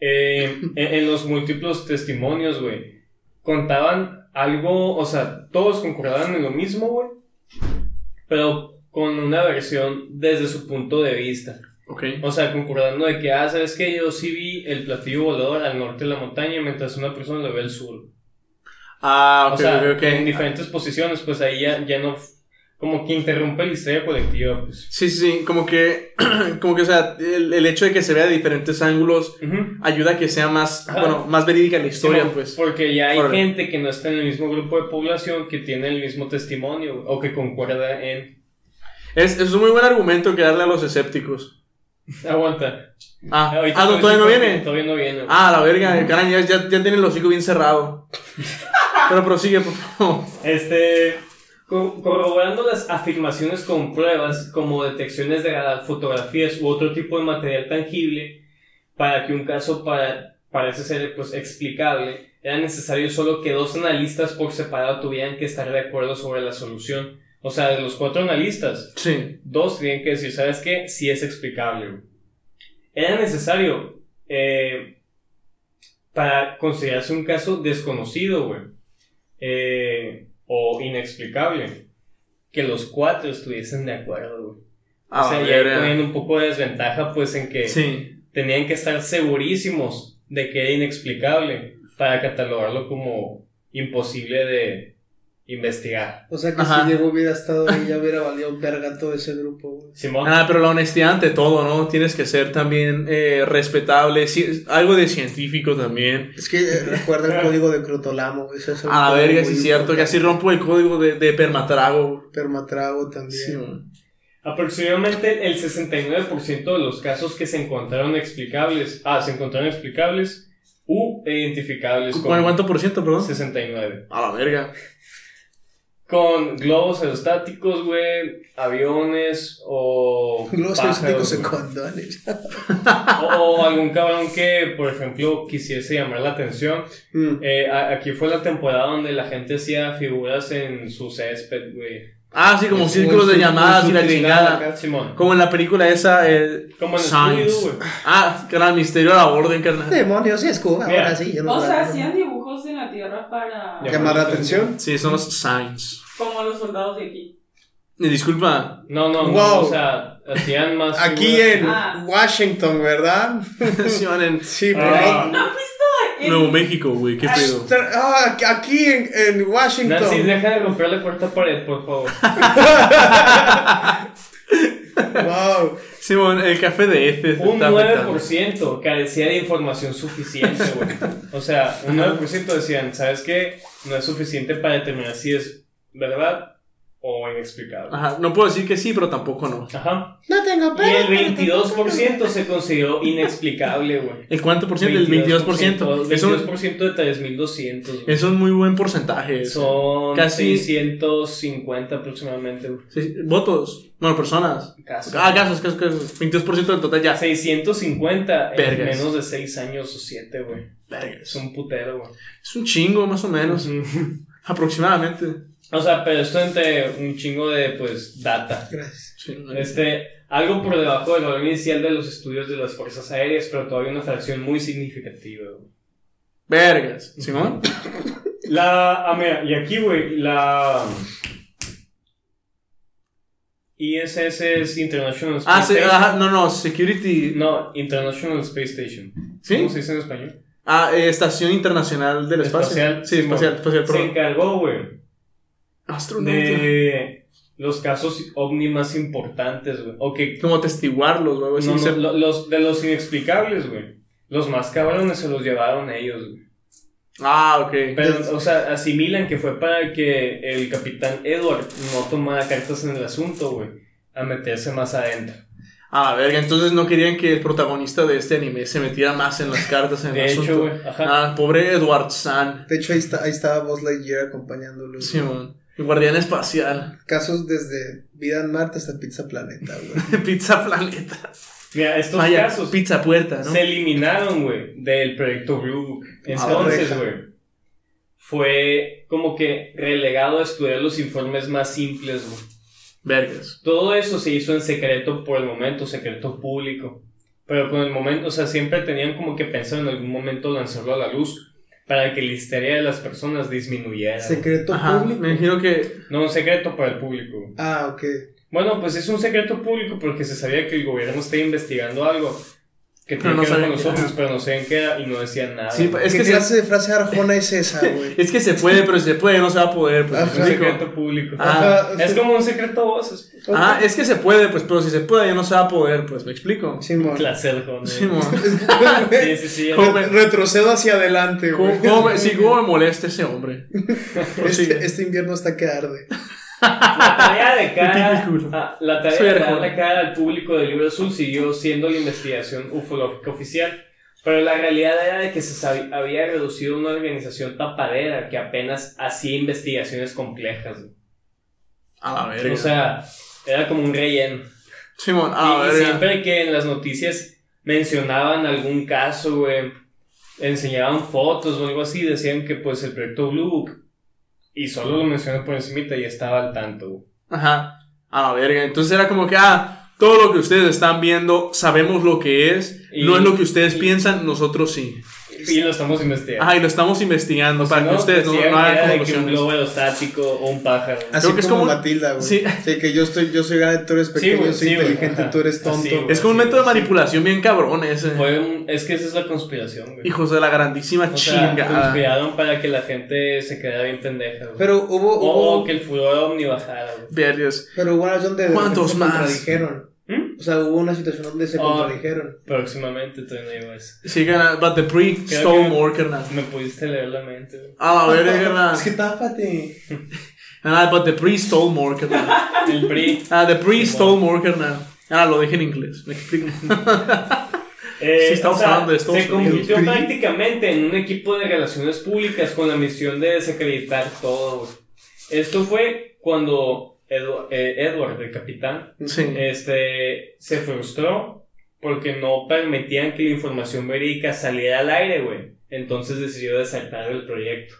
[SPEAKER 5] eh, en, en los múltiples testimonios, güey, contaban algo, o sea, todos concordaban en lo mismo, güey, pero con una versión desde su punto de vista.
[SPEAKER 3] Ok.
[SPEAKER 5] O sea, concordando de que, ah, sabes que yo sí vi el platillo volador al norte de la montaña mientras una persona lo ve al sur.
[SPEAKER 3] Ah,
[SPEAKER 5] o
[SPEAKER 3] ok,
[SPEAKER 5] sea,
[SPEAKER 3] ok,
[SPEAKER 5] en
[SPEAKER 3] ok.
[SPEAKER 5] diferentes posiciones, pues ahí ya, ya no, como que interrumpe la historia colectiva, pues.
[SPEAKER 3] Sí, sí, como que, como que, o sea, el, el hecho de que se vea de diferentes ángulos
[SPEAKER 5] Ujú.
[SPEAKER 3] ayuda a que sea más,
[SPEAKER 5] Ajá.
[SPEAKER 3] bueno, más verídica la historia,
[SPEAKER 5] Simón,
[SPEAKER 3] pues.
[SPEAKER 5] Porque ya hay
[SPEAKER 3] Órale.
[SPEAKER 5] gente que no está en el mismo grupo de población que tiene el mismo testimonio güey, o que concuerda en.
[SPEAKER 3] Es, es un muy buen argumento que darle a los escépticos.
[SPEAKER 5] Aguanta.
[SPEAKER 3] Ah,
[SPEAKER 5] Ahorita
[SPEAKER 3] ah no,
[SPEAKER 5] te voy
[SPEAKER 3] todavía
[SPEAKER 5] a
[SPEAKER 3] no
[SPEAKER 5] decir por qué
[SPEAKER 3] viene.
[SPEAKER 5] Todavía no viene. güey.
[SPEAKER 3] Ah, la verga, el canal ya, ya, ya tiene el hocico bien cerrado. Pero prosigue, por favor.
[SPEAKER 5] Este. co- Corroborando las afirmaciones con pruebas como detecciones de radar, fotografías u otro tipo de material tangible para que un caso para, parece ser pues, explicable, era necesario solo que dos analistas por separado tuvieran que estar de acuerdo sobre la solución. O sea, de los cuatro analistas,
[SPEAKER 3] Sí.
[SPEAKER 5] Dos tienen que decir, ¿sabes qué? Si es explicable. güey. Era necesario eh, para considerarse un caso desconocido, güey, eh, o inexplicable, que los cuatro estuviesen de acuerdo, güey.
[SPEAKER 3] Ah,
[SPEAKER 5] o sea,
[SPEAKER 3] la
[SPEAKER 5] ya
[SPEAKER 3] verga.
[SPEAKER 5] ponían un poco de desventaja, pues, en que
[SPEAKER 3] Sí.
[SPEAKER 5] tenían que estar segurísimos de que era inexplicable para catalogarlo como imposible de investigar.
[SPEAKER 4] O sea que
[SPEAKER 3] Ajá.
[SPEAKER 4] si Diego hubiera estado ahí, ya hubiera valido verga todo ese grupo, güey.
[SPEAKER 5] Simón.
[SPEAKER 3] Ah, pero la honestidad ante todo, ¿no? Tienes que ser también eh, respetable, ci- algo de científico también.
[SPEAKER 4] Es que eh, recuerda el código de Crotolamo, güey. Eso es un
[SPEAKER 3] A la
[SPEAKER 4] código
[SPEAKER 3] Ah, verga,
[SPEAKER 4] muy
[SPEAKER 3] sí es cierto, que así
[SPEAKER 4] importante.
[SPEAKER 3] rompo el código de, de permatrago.
[SPEAKER 4] Permatrago también.
[SPEAKER 3] Sí, man.
[SPEAKER 5] Aproximadamente el 69% de los casos que se encontraron explicables, ah, se encontraron explicables u identificables
[SPEAKER 3] ¿Cu- ¿Cuál- ¿Cuánto por ciento, perdón?
[SPEAKER 5] 69.
[SPEAKER 3] A la verga.
[SPEAKER 5] Con globos aerostáticos, güey, aviones o
[SPEAKER 4] Globos
[SPEAKER 5] pájaros,
[SPEAKER 4] aerostáticos en
[SPEAKER 5] güey.
[SPEAKER 4] condones.
[SPEAKER 5] o algún cabrón que, por ejemplo, quisiese llamar la atención.
[SPEAKER 4] Mm.
[SPEAKER 5] Eh, a- aquí fue la temporada donde la gente hacía figuras en su césped, güey.
[SPEAKER 3] Ah, sí, como
[SPEAKER 4] Un
[SPEAKER 3] círculos de
[SPEAKER 4] su-
[SPEAKER 3] llamadas
[SPEAKER 4] un
[SPEAKER 3] y la chingada.
[SPEAKER 5] Acá, Simón.
[SPEAKER 3] Como en la película esa, eh,
[SPEAKER 5] Como en
[SPEAKER 3] Signs.
[SPEAKER 5] Scooby-Doo, güey.
[SPEAKER 3] Ah, canal misterio a la orden, carnal.
[SPEAKER 4] Demonios, es Cuba,
[SPEAKER 5] Mira,
[SPEAKER 4] ahora sí. Yo no
[SPEAKER 6] O sea,
[SPEAKER 4] la-
[SPEAKER 6] hacían dibujos en la tierra para.
[SPEAKER 5] Ya.
[SPEAKER 4] Llamar la atención.
[SPEAKER 3] Sí, son los signs.
[SPEAKER 6] Como los soldados de aquí.
[SPEAKER 3] Y disculpa.
[SPEAKER 5] No, no, no,
[SPEAKER 4] Wow.
[SPEAKER 5] o sea, hacían más.
[SPEAKER 4] Aquí
[SPEAKER 5] figuras.
[SPEAKER 4] en
[SPEAKER 6] Ah.
[SPEAKER 4] Washington, ¿verdad?
[SPEAKER 3] sí, van en
[SPEAKER 4] Sí, pero
[SPEAKER 5] Ah.
[SPEAKER 4] no-
[SPEAKER 3] Nuevo México, güey, qué pedo.
[SPEAKER 4] Tra- ah, aquí en, en Washington.
[SPEAKER 5] Nancy, deja de romperle cuarta pared, por favor.
[SPEAKER 4] Wow.
[SPEAKER 3] Simón, el café de este
[SPEAKER 5] Un
[SPEAKER 3] está afectando.
[SPEAKER 5] 9% carecía de información suficiente, güey. O sea, un 9% decían, ¿sabes qué? No es suficiente para determinar si es verdad o inexplicable.
[SPEAKER 3] Ajá, no puedo decir que sí, pero tampoco no.
[SPEAKER 5] Ajá.
[SPEAKER 4] No tengo
[SPEAKER 5] Y el 22% se consideró inexplicable, güey.
[SPEAKER 3] ¿El cuánto por ciento? El 22%. Es, un,
[SPEAKER 5] 22% de 3.200. güey.
[SPEAKER 3] es un muy buen porcentaje. eso.
[SPEAKER 5] Son
[SPEAKER 3] casi-
[SPEAKER 5] casi 650 aproximadamente, güey.
[SPEAKER 3] Sí, votos. Bueno, personas.
[SPEAKER 5] Casi.
[SPEAKER 3] Ah, casos, casos, casos. 22% del total ya.
[SPEAKER 5] 650 en
[SPEAKER 3] Vergas.
[SPEAKER 5] menos de 6 años o 7, güey.
[SPEAKER 3] Verga,
[SPEAKER 5] Es
[SPEAKER 3] Es un-
[SPEAKER 5] un putero, güey.
[SPEAKER 3] es un chingo, más o menos. Aproximadamente.
[SPEAKER 5] O sea, pero esto entre un chingo de, pues, data.
[SPEAKER 4] Gracias.
[SPEAKER 3] Sí, no hay-
[SPEAKER 5] Este, algo por debajo del valor inicial de los estudios de las fuerzas aéreas, pero todavía una fracción muy significativa, güey.
[SPEAKER 3] Vergas. ¿Simón?
[SPEAKER 5] La, ah, mira, y aquí, güey, la... ISS es International Space
[SPEAKER 3] Ah, sí,
[SPEAKER 5] Station.
[SPEAKER 3] ajá, no, no, security.
[SPEAKER 5] Este No, International Space Station.
[SPEAKER 3] ¿Sí?
[SPEAKER 5] ¿Cómo se dice en español?
[SPEAKER 3] Ah, eh, Estación Internacional del Espacio.
[SPEAKER 5] Espacial,
[SPEAKER 3] sí,
[SPEAKER 5] sí,
[SPEAKER 3] espacial,
[SPEAKER 5] bueno.
[SPEAKER 3] espacial,
[SPEAKER 5] Se
[SPEAKER 3] perdón.
[SPEAKER 5] encargó, güey,
[SPEAKER 3] Astronauta.
[SPEAKER 5] de los casos ovni más importantes, güey. O que
[SPEAKER 3] Como testiguarlos o algo así.
[SPEAKER 5] No, no,
[SPEAKER 3] Pues Se-
[SPEAKER 5] lo- los, de los inexplicables, güey. Los más cabrones se los llevaron ellos, güey.
[SPEAKER 3] Ah, ok.
[SPEAKER 5] Pero, o sea, asimilan que fue para que el capitán Edward no tomara cartas en el asunto, güey. A meterse más adentro.
[SPEAKER 3] A la Ah, verga, entonces no querían que el protagonista de este anime se metiera más en las cartas en el
[SPEAKER 5] De hecho,
[SPEAKER 3] asunto.
[SPEAKER 5] güey, ajá.
[SPEAKER 3] Ah, pobre Edward San.
[SPEAKER 4] De hecho, ahí, está, ahí estaba Buzz Lightyear acompañándolo.
[SPEAKER 3] Simón. El guardián espacial.
[SPEAKER 4] Casos desde Vida en Marte hasta Pizza Planeta, güey.
[SPEAKER 3] Pizza Planeta.
[SPEAKER 5] Mira, estos
[SPEAKER 3] Vaya,
[SPEAKER 5] casos
[SPEAKER 3] Pizza Puerta, ¿no?
[SPEAKER 5] se eliminaron, güey, del proyecto Blue Book. Entonces,
[SPEAKER 4] Ah,
[SPEAKER 5] güey, fue como que relegado a estudiar los informes más simples, güey.
[SPEAKER 3] Vergas.
[SPEAKER 5] Todo eso se hizo en secreto por el momento, secreto público. Pero con el momento, o sea, siempre tenían como que pensado en algún momento lanzarlo a la luz para que la histeria de las personas disminuyera.
[SPEAKER 4] Secreto
[SPEAKER 3] Ajá,
[SPEAKER 4] público.
[SPEAKER 3] me imagino que...
[SPEAKER 5] No, un secreto para el público.
[SPEAKER 4] Ah, ok.
[SPEAKER 5] Bueno, pues es un secreto público porque se sabía que el gobierno estaba investigando algo que
[SPEAKER 3] Pero
[SPEAKER 5] tenía
[SPEAKER 3] no
[SPEAKER 5] que ver
[SPEAKER 3] sabían
[SPEAKER 5] con
[SPEAKER 3] qué
[SPEAKER 5] nosotros,
[SPEAKER 3] era.
[SPEAKER 5] pero no sabían qué era y no decían nada.
[SPEAKER 3] Sí, pues,
[SPEAKER 5] güey.
[SPEAKER 3] es
[SPEAKER 4] ¿Qué
[SPEAKER 3] que, se,
[SPEAKER 4] clase de frase arjona es esa, güey?
[SPEAKER 3] es que se puede, pero si se puede, no se va a poder. Pues,
[SPEAKER 4] Ajá.
[SPEAKER 5] un
[SPEAKER 3] ¿me explico?
[SPEAKER 5] secreto público.
[SPEAKER 3] Ah.
[SPEAKER 4] Ajá,
[SPEAKER 5] Es como un secreto a voces.
[SPEAKER 3] Ah, es que se puede, pues, pero si se puede, ya no se va a poder, pues, ¿me explico?
[SPEAKER 4] Simón.
[SPEAKER 5] Placer, joder.
[SPEAKER 3] Simón.
[SPEAKER 5] Sí, sí, sí.
[SPEAKER 3] ¿Cómo?
[SPEAKER 4] Re- Retrocedo hacia adelante, güey.
[SPEAKER 3] ¿Cómo, cómo me, sí, cómo me molesta ese hombre? Pues Prosigue.
[SPEAKER 4] Este, este invierno está que arde.
[SPEAKER 5] La tarea de cara,
[SPEAKER 3] Típico.
[SPEAKER 5] ah, la tarea
[SPEAKER 3] Soy
[SPEAKER 5] de
[SPEAKER 3] arjona.
[SPEAKER 5] darle cara al público del libro azul siguió siendo la investigación ufológica oficial, pero la realidad era de que se sabi- había reducido a una organización tapadera que apenas hacía investigaciones complejas. güey.
[SPEAKER 3] A la verga.
[SPEAKER 5] O sea, era como un relleno.
[SPEAKER 3] Simón, a la
[SPEAKER 5] Y,
[SPEAKER 3] Ah,
[SPEAKER 5] y
[SPEAKER 3] verga.
[SPEAKER 5] siempre que en las noticias mencionaban algún caso, güey, enseñaban fotos o algo así, decían que pues el proyecto Blue Book, y solo lo mencionan por encimita y estaba al tanto, güey.
[SPEAKER 3] Ajá. A la verga. Entonces era como que, ah, todo lo que ustedes están viendo, sabemos lo que es.
[SPEAKER 5] Y-
[SPEAKER 3] no es lo que ustedes
[SPEAKER 5] y-
[SPEAKER 3] piensan, nosotros sí.
[SPEAKER 5] Y lo estamos investigando.
[SPEAKER 3] Ajá, y lo estamos investigando para que ustedes
[SPEAKER 5] pues,
[SPEAKER 3] no, no hagan
[SPEAKER 5] hagan que un
[SPEAKER 3] conclusiones.
[SPEAKER 5] globo aerostático o un pájaro.
[SPEAKER 4] Así
[SPEAKER 3] Creo que es
[SPEAKER 4] como,
[SPEAKER 3] como-
[SPEAKER 4] Matilda, güey.
[SPEAKER 3] Sí.
[SPEAKER 4] Sí. que yo estoy, yo soy grande, tú eres pequeño,
[SPEAKER 5] güey,
[SPEAKER 4] yo soy
[SPEAKER 5] sí, güey,
[SPEAKER 4] inteligente,
[SPEAKER 5] ajá.
[SPEAKER 4] tú eres tonto.
[SPEAKER 5] Así, güey.
[SPEAKER 3] Es como un
[SPEAKER 5] Sí,
[SPEAKER 3] método de
[SPEAKER 5] sí.
[SPEAKER 3] manipulación bien cabrón ese.
[SPEAKER 5] Fue un- es que esa es la conspiración, güey.
[SPEAKER 3] Hijos de la grandísima Ah,
[SPEAKER 5] o sea,
[SPEAKER 3] chingada.
[SPEAKER 5] conspiraron para que la gente se quedara bien pendeja, güey.
[SPEAKER 4] Pero hubo,
[SPEAKER 3] Oh,
[SPEAKER 5] o,
[SPEAKER 4] hubo,
[SPEAKER 5] que el furor ovni bajara, güey.
[SPEAKER 3] Vergas.
[SPEAKER 4] pero hubo una donde de
[SPEAKER 3] ¿Cuántos
[SPEAKER 4] repente se
[SPEAKER 3] más?
[SPEAKER 4] contradijeron.
[SPEAKER 5] ¿Mm?
[SPEAKER 4] O sea, hubo una situación donde se
[SPEAKER 5] Ah.
[SPEAKER 4] contradijeron.
[SPEAKER 5] Próximamente todavía no llevo eso.
[SPEAKER 3] Sí, carnal. But the pre
[SPEAKER 5] Creo
[SPEAKER 3] stole
[SPEAKER 5] que-
[SPEAKER 3] more, carnal.
[SPEAKER 5] Me pudiste leer la mente, güey.
[SPEAKER 3] A la verga, carnal.
[SPEAKER 4] Es que tápate.
[SPEAKER 3] Carnal, but the pre stole more, carnal.
[SPEAKER 5] El PRI.
[SPEAKER 3] Ah, The Priest Stole More, carnal. Ah, lo dejé en inglés, me explico.
[SPEAKER 5] Eh,
[SPEAKER 3] Sí, estamos
[SPEAKER 5] o sea,
[SPEAKER 3] hablando de Estados
[SPEAKER 5] Se convirtió
[SPEAKER 4] Unidos.
[SPEAKER 5] prácticamente en un equipo de relaciones públicas con la misión de desacreditar todo, güey. Esto fue cuando Edu- eh, Edward, el capitán,
[SPEAKER 3] Sí.
[SPEAKER 5] este, se frustró porque no permitían que la información verídica saliera al aire, güey. Entonces decidió desertar el proyecto.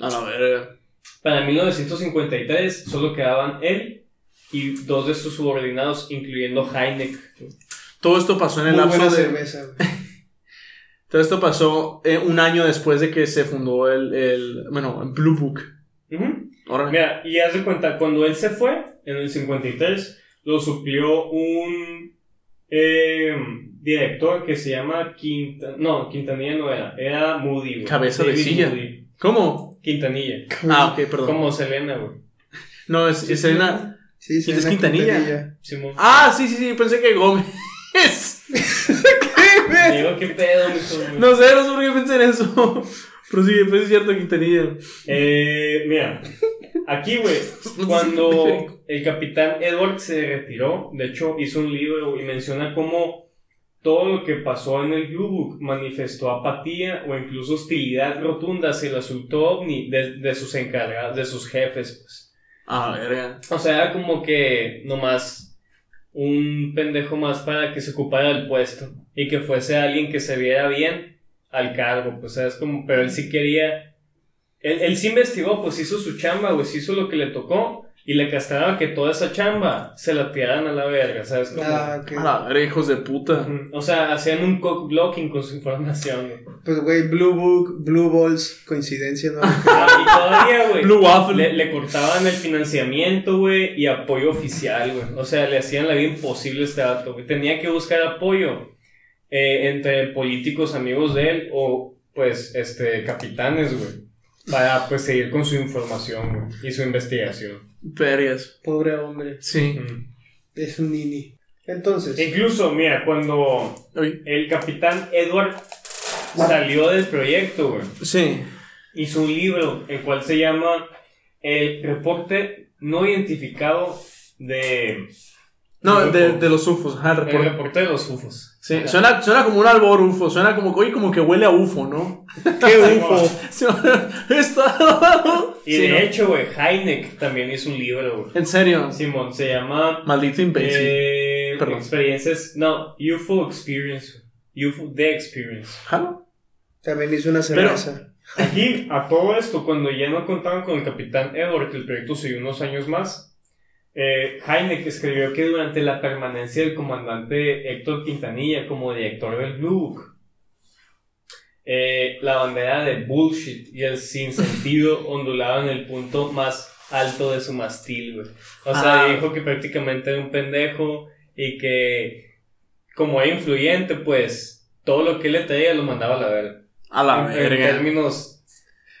[SPEAKER 3] A la verga.
[SPEAKER 5] Para 1953 solo quedaban él y dos de sus subordinados, incluyendo Heineck.
[SPEAKER 3] Todo esto pasó en el
[SPEAKER 4] Muy buena
[SPEAKER 3] lapso de.
[SPEAKER 4] cerveza, güey.
[SPEAKER 3] Todo esto pasó eh, un año después de que se fundó el. el bueno, el Blue Book.
[SPEAKER 5] Ujú.
[SPEAKER 3] Ahora,
[SPEAKER 5] Mira, y haz de cuenta, cuando él se fue, en el 53, lo suplió un eh, director que se llama Quintanilla. No, Quintanilla no era, era Moody. güey.
[SPEAKER 3] Cabeza de
[SPEAKER 5] David
[SPEAKER 3] silla.
[SPEAKER 5] Moody.
[SPEAKER 3] ¿Cómo?
[SPEAKER 5] Quintanilla.
[SPEAKER 3] Ah, ok, perdón.
[SPEAKER 5] Como Selena, güey.
[SPEAKER 3] No, es,
[SPEAKER 5] Sí,
[SPEAKER 3] es
[SPEAKER 5] sí.
[SPEAKER 3] Elena-
[SPEAKER 4] Sí,
[SPEAKER 3] ¿Quién es
[SPEAKER 4] Selena
[SPEAKER 3] Quintanilla?
[SPEAKER 5] Simón.
[SPEAKER 3] Ah, sí, sí, sí, pensé que Gómez.
[SPEAKER 5] Digo, qué pedo, mijo, güey?
[SPEAKER 3] no sé, no sé por qué pensé en eso. Pero sí, pues es cierto, Quintanilla.
[SPEAKER 5] Eh, mira, aquí, güey, cuando el capitán Edward se retiró, de hecho, hizo un libro güey, y menciona cómo todo lo que pasó en el Blue Book manifestó apatía o incluso hostilidad rotunda hacia el asunto ovni de, de sus encargados, de sus jefes, pues.
[SPEAKER 3] A la verga.
[SPEAKER 5] O sea, era como que nomás un pendejo más para que se ocupara del puesto y que fuese alguien que se viera bien al cargo, pues es como, pero él sí quería, él, él sí investigó, pues hizo su chamba, pues hizo lo que le tocó y le castraba que toda esa chamba se la tiraran a la verga, ¿sabes? Como,
[SPEAKER 4] Ah, ok.
[SPEAKER 3] A la verga, hijos de puta.
[SPEAKER 5] Ujú. o sea, hacían un cock blocking con su información. güey.
[SPEAKER 4] Pues, güey, Blue Book, Blue Balls, coincidencia, ¿no?
[SPEAKER 5] Ah, y todavía, güey.
[SPEAKER 3] Blue Waffle.
[SPEAKER 5] Le, le cortaban el financiamiento, güey, y apoyo oficial, güey. O sea, le hacían la vida imposible a este dato, güey. Tenía que buscar apoyo eh, entre políticos amigos de él o, pues, este, capitanes, güey. Para, pues, seguir con su información, güey, y su investigación.
[SPEAKER 3] Vergas.
[SPEAKER 4] Pobre hombre.
[SPEAKER 3] Sí.
[SPEAKER 5] Mm.
[SPEAKER 4] Es un nini.
[SPEAKER 3] Eh.
[SPEAKER 4] Entonces,
[SPEAKER 5] Incluso, mira, cuando
[SPEAKER 3] Uy,
[SPEAKER 5] el capitán Edward salió del proyecto, güey.
[SPEAKER 3] Sí.
[SPEAKER 5] hizo un libro, el cual se llama El reporte no identificado de
[SPEAKER 3] No,
[SPEAKER 5] El
[SPEAKER 3] de,
[SPEAKER 5] UFO.
[SPEAKER 3] de los UFOs, ajá, el
[SPEAKER 5] El
[SPEAKER 3] reporte.
[SPEAKER 5] reporte de los UFOs.
[SPEAKER 3] Sí, suena, suena como un albor UFO, suena como, oye, como que huele a UFO, ¿no?
[SPEAKER 4] ¡Qué UFO!
[SPEAKER 3] Sí, Está...
[SPEAKER 5] Y
[SPEAKER 3] Sí,
[SPEAKER 5] de
[SPEAKER 3] ¿no?
[SPEAKER 5] hecho, güey, Heineck también hizo un libro, güey.
[SPEAKER 3] En serio,
[SPEAKER 5] Simón, se llama
[SPEAKER 3] maldito imbécil.
[SPEAKER 5] eh,
[SPEAKER 3] Perdón.
[SPEAKER 5] Experiencias. No, UFO Experience. UFO The Experience.
[SPEAKER 3] Ajá.
[SPEAKER 4] También hizo una cerveza.
[SPEAKER 5] Aquí, a todo esto, cuando ya no contaban con el capitán Edward, que el proyecto siguió unos años más, eh, Heineck escribió que durante la permanencia del comandante Héctor Quintanilla como director del Blue Book, eh, la bandera de bullshit y el sinsentido ondulaba en el punto más alto de su mastil, güey. O sea,
[SPEAKER 3] Ah.
[SPEAKER 5] dijo que prácticamente era un pendejo y que, como era influyente, pues todo lo que él le traía lo mandaba a la verga
[SPEAKER 3] A la
[SPEAKER 5] en, en
[SPEAKER 3] verga.
[SPEAKER 5] términos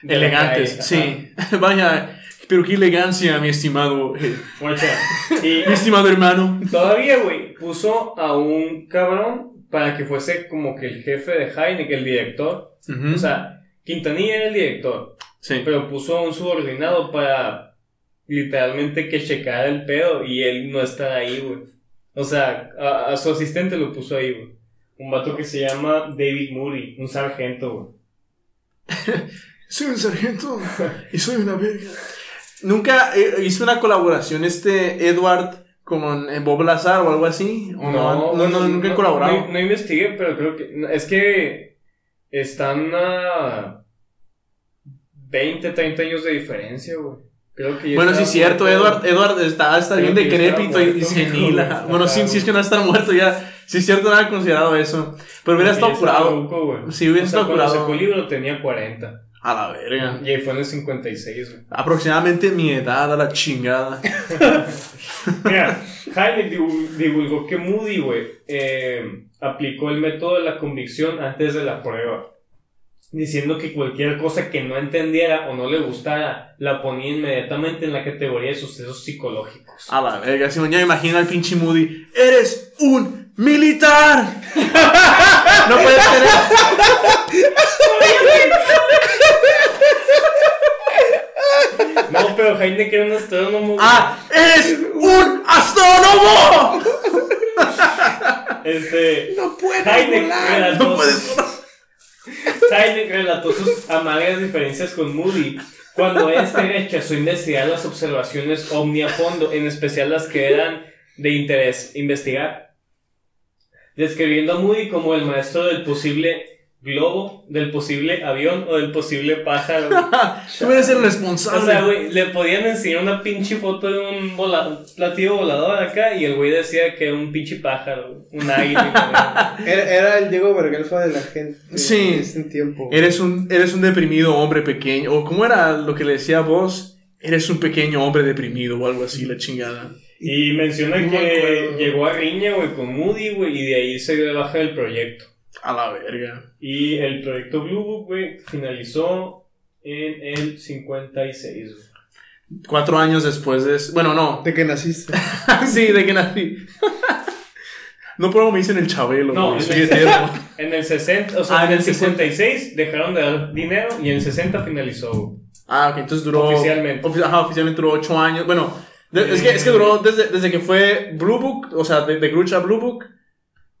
[SPEAKER 5] de la calle,
[SPEAKER 3] Elegantes,
[SPEAKER 5] ajá.
[SPEAKER 3] sí. Vaya, pero qué elegancia, mi estimado, eh,
[SPEAKER 5] Guacha,
[SPEAKER 3] mi
[SPEAKER 5] Y
[SPEAKER 3] estimado hermano.
[SPEAKER 5] todavía, güey, puso a un cabrón para que fuese como que el jefe de Heineck, el director.
[SPEAKER 3] Ujú,
[SPEAKER 5] O sea, Quintanilla era el director,
[SPEAKER 3] sí.
[SPEAKER 5] pero puso a un subordinado para literalmente que checara el pedo y él no estar ahí, güey. O sea, a, a su asistente lo puso ahí, güey. Un vato que se llama David Moody, un sargento, güey.
[SPEAKER 3] Soy un sargento y soy una verga. Nunca eh, hizo una colaboración este Edward con eh, Bob Lazar o algo así. ¿O no, no, no, nunca he colaborado.
[SPEAKER 5] No, no investigué, pero creo que. no, Es que están a 20, 30 años de diferencia, güey. Creo que ya
[SPEAKER 3] bueno, sí,
[SPEAKER 5] estaba
[SPEAKER 3] es cierto,
[SPEAKER 5] muerto.
[SPEAKER 3] Edward, Edward está, está
[SPEAKER 5] Creo
[SPEAKER 3] bien
[SPEAKER 5] que ya
[SPEAKER 3] decrépito
[SPEAKER 5] estaba
[SPEAKER 3] y, y
[SPEAKER 5] muerto,
[SPEAKER 3] senil,
[SPEAKER 5] güey.
[SPEAKER 3] ajá. Bueno, sí, sí, es que no está muerto ya. Sí, es cierto, no había considerado eso. Pero
[SPEAKER 5] Creo
[SPEAKER 3] hubiera
[SPEAKER 5] que
[SPEAKER 3] estado
[SPEAKER 5] ya estaba
[SPEAKER 3] curado.
[SPEAKER 5] loco, güey.
[SPEAKER 3] Sí, hubiera
[SPEAKER 5] O sea,
[SPEAKER 3] estado
[SPEAKER 5] cuando
[SPEAKER 3] curado.
[SPEAKER 5] sacó el libro tenía 40.
[SPEAKER 3] A la verga.
[SPEAKER 5] Y ahí fue en el 56, güey.
[SPEAKER 3] Aproximadamente mi edad, a la chingada.
[SPEAKER 5] Mira, Heineck divu- divulgó que Moody, güey, eh, aplicó el método de la convicción antes de la prueba, diciendo que cualquier cosa que no entendiera o no le gustara la ponía inmediatamente en la categoría de sucesos psicológicos.
[SPEAKER 3] A la verga, Simón, ya me imagino al pinche Moody. ¡Eres un militar! no puedes tener.
[SPEAKER 5] No, pero Heineck era un astrónomo. güey.
[SPEAKER 3] ¡Ah! ¡Eres un astrónomo!
[SPEAKER 5] Este,
[SPEAKER 4] ¡No puedo
[SPEAKER 5] Heineck
[SPEAKER 4] volar!
[SPEAKER 5] relató- Tyler relató sus amargas diferencias con Moody cuando este rechazó investigar las observaciones ovni a fondo, en especial las que eran de interés investigar, describiendo a Moody como el maestro del posible globo, del posible avión o del posible pájaro.
[SPEAKER 3] Tú eres el
[SPEAKER 5] O sea,
[SPEAKER 3] responsable.
[SPEAKER 5] güey, le podían enseñar una pinche foto de un vola- platillo volador acá y el güey decía que era un pinche pájaro, un águila.
[SPEAKER 4] Era, era el Diego Bergelfa de la gente.
[SPEAKER 3] Sí.
[SPEAKER 4] En este tiempo.
[SPEAKER 3] Eres un, eres un deprimido hombre pequeño. O cómo era lo que le decía a vos. Eres un pequeño hombre deprimido o algo así, la chingada.
[SPEAKER 5] Y menciona
[SPEAKER 4] No me
[SPEAKER 5] que
[SPEAKER 4] acuerdo.
[SPEAKER 5] llegó a riña, güey, con Moody, güey, y de ahí se dio de baja del proyecto.
[SPEAKER 3] A la verga.
[SPEAKER 5] Y el proyecto Blue Book, güey, finalizó en el 56, güey.
[SPEAKER 3] Cuatro años después de... es- Bueno, no.
[SPEAKER 4] De que naciste.
[SPEAKER 3] sí, de que nací. no por algo me dicen el Chabelo.
[SPEAKER 5] No,
[SPEAKER 3] güey,
[SPEAKER 5] es
[SPEAKER 3] soy
[SPEAKER 5] el-
[SPEAKER 3] eterno.
[SPEAKER 5] En el 60, o sea,
[SPEAKER 3] Ah,
[SPEAKER 5] en
[SPEAKER 3] en
[SPEAKER 5] el
[SPEAKER 3] el
[SPEAKER 5] 56 dejaron de dar dinero y en el 60 finalizó, güey.
[SPEAKER 3] Ah, ok, entonces duró.
[SPEAKER 5] Oficialmente.
[SPEAKER 3] ofi- ajá, oficialmente duró 8 años. Bueno, de- es, que, es que duró desde, desde que fue Blue Book, o sea, de, de Gruch a Blue Book,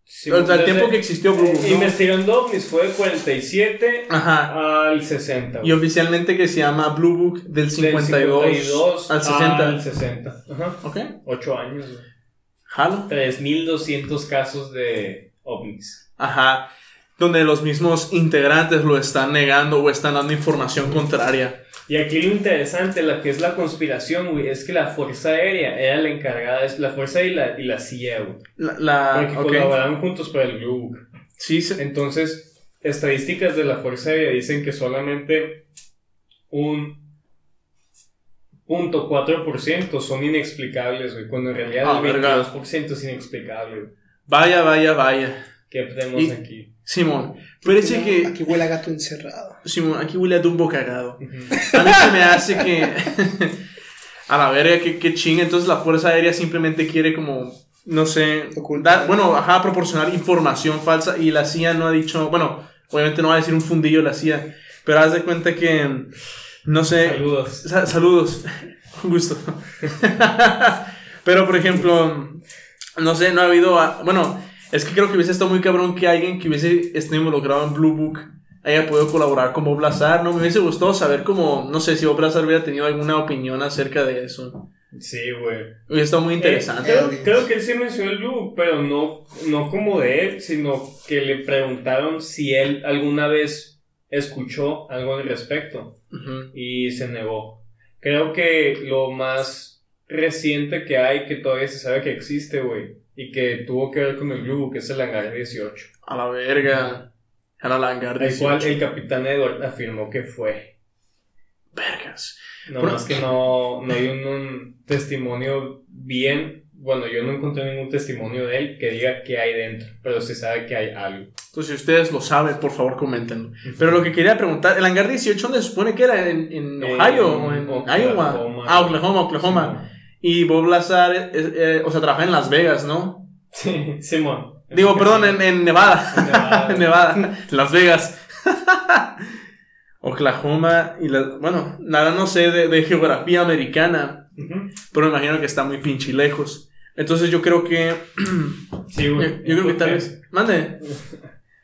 [SPEAKER 5] Sí,
[SPEAKER 3] o sea, el
[SPEAKER 5] desde-
[SPEAKER 3] tiempo que existió Blue Book.
[SPEAKER 5] eh,
[SPEAKER 3] ¿no?
[SPEAKER 5] Investigando ovnis fue de 47
[SPEAKER 3] Ajá.
[SPEAKER 5] al 60.
[SPEAKER 3] Y
[SPEAKER 5] güey.
[SPEAKER 3] oficialmente que se llama Blue Book del
[SPEAKER 5] Del
[SPEAKER 3] 52, al 60.
[SPEAKER 5] Al 60. Ajá.
[SPEAKER 3] Ok,
[SPEAKER 5] 8 años, güey.
[SPEAKER 3] jalo.
[SPEAKER 5] 3200 casos de ovnis.
[SPEAKER 3] Ajá. Donde los mismos integrantes lo están negando o están dando información contraria.
[SPEAKER 5] Y aquí lo interesante, la que es la conspiración, güey, es que la Fuerza Aérea era la encargada, es la Fuerza y la, y la CIA, güey.
[SPEAKER 3] La. la-
[SPEAKER 5] porque
[SPEAKER 3] Ah, ok.
[SPEAKER 5] colaboraron juntos para el Blue Book.
[SPEAKER 3] Sí, se-
[SPEAKER 5] Entonces, estadísticas de la Fuerza Aérea dicen que solamente un 0.4% son inexplicables, güey, cuando en realidad
[SPEAKER 3] Ah,
[SPEAKER 5] el
[SPEAKER 3] verga.
[SPEAKER 5] 22% es inexplicable, güey.
[SPEAKER 3] Vaya, vaya, vaya.
[SPEAKER 5] ¿Qué tenemos
[SPEAKER 3] Y-
[SPEAKER 5] aquí?
[SPEAKER 3] Simón, parece que.
[SPEAKER 4] Aquí huele a gato encerrado.
[SPEAKER 3] Simón, aquí huele a Dumbo cagado.
[SPEAKER 5] Ujú.
[SPEAKER 3] A mí se me hace que. a la verga, que, que chinga. Entonces la Fuerza Aérea simplemente quiere como. No sé.
[SPEAKER 4] Ocultar.
[SPEAKER 3] Dar, bueno, ajá, proporcionar información falsa. Y la CIA no ha dicho. Bueno, obviamente no va a decir un fundillo la CIA. Pero haz de cuenta que. No sé.
[SPEAKER 5] Saludos.
[SPEAKER 3] Sa- saludos. Un gusto. Pero, por ejemplo, No sé, no ha habido. a- Bueno, es que creo que hubiese estado muy cabrón que alguien que hubiese estado involucrado en Blue Book haya podido colaborar con Bob Lazar, ¿no? Me hubiese gustado saber cómo. No sé si Bob Lazar hubiera tenido alguna opinión acerca de eso.
[SPEAKER 5] Sí, güey.
[SPEAKER 3] Hubiera estado muy interesante.
[SPEAKER 5] creo, creo que él sí mencionó el Blue, pero no, no como de él, sino que le preguntaron si él alguna vez escuchó algo al respecto
[SPEAKER 3] Ujú.
[SPEAKER 5] y se negó. Creo que lo más reciente que hay que todavía se sabe que existe, güey, y que tuvo que ver con el Blue, que es el hangar 18,
[SPEAKER 3] A la verga. A la langar
[SPEAKER 5] al cual eh.
[SPEAKER 3] 18.
[SPEAKER 5] el capitán Edward afirmó que fue.
[SPEAKER 3] Vergas.
[SPEAKER 5] No
[SPEAKER 3] Por-
[SPEAKER 5] más que no, no hay un, un testimonio bien. Bueno, yo no encontré ningún testimonio de él que diga qué hay dentro, pero se sabe que hay algo.
[SPEAKER 3] Entonces, si ustedes lo saben, por favor, coméntenlo. Pero lo que quería preguntar, ¿el hangar 18 dónde se supone que era? ¿En, en
[SPEAKER 5] Eh,
[SPEAKER 3] Ohio o en Iowa? Ah, Oklahoma, Oklahoma. Y Bob Lazar, eh, eh, o sea, trabaja en Las Vegas, ¿no?
[SPEAKER 5] Sí, Simón.
[SPEAKER 3] Digo, perdón, en, en Nevada.
[SPEAKER 5] En Nevada.
[SPEAKER 3] En Nevada. Las Vegas. Oklahoma y la, bueno, nada no sé de, de geografía americana,
[SPEAKER 5] Ujú.
[SPEAKER 3] pero me imagino que está muy pinche lejos. Entonces yo creo que
[SPEAKER 5] Sí,
[SPEAKER 3] yo,
[SPEAKER 5] güey.
[SPEAKER 3] yo creo que tal vez mande.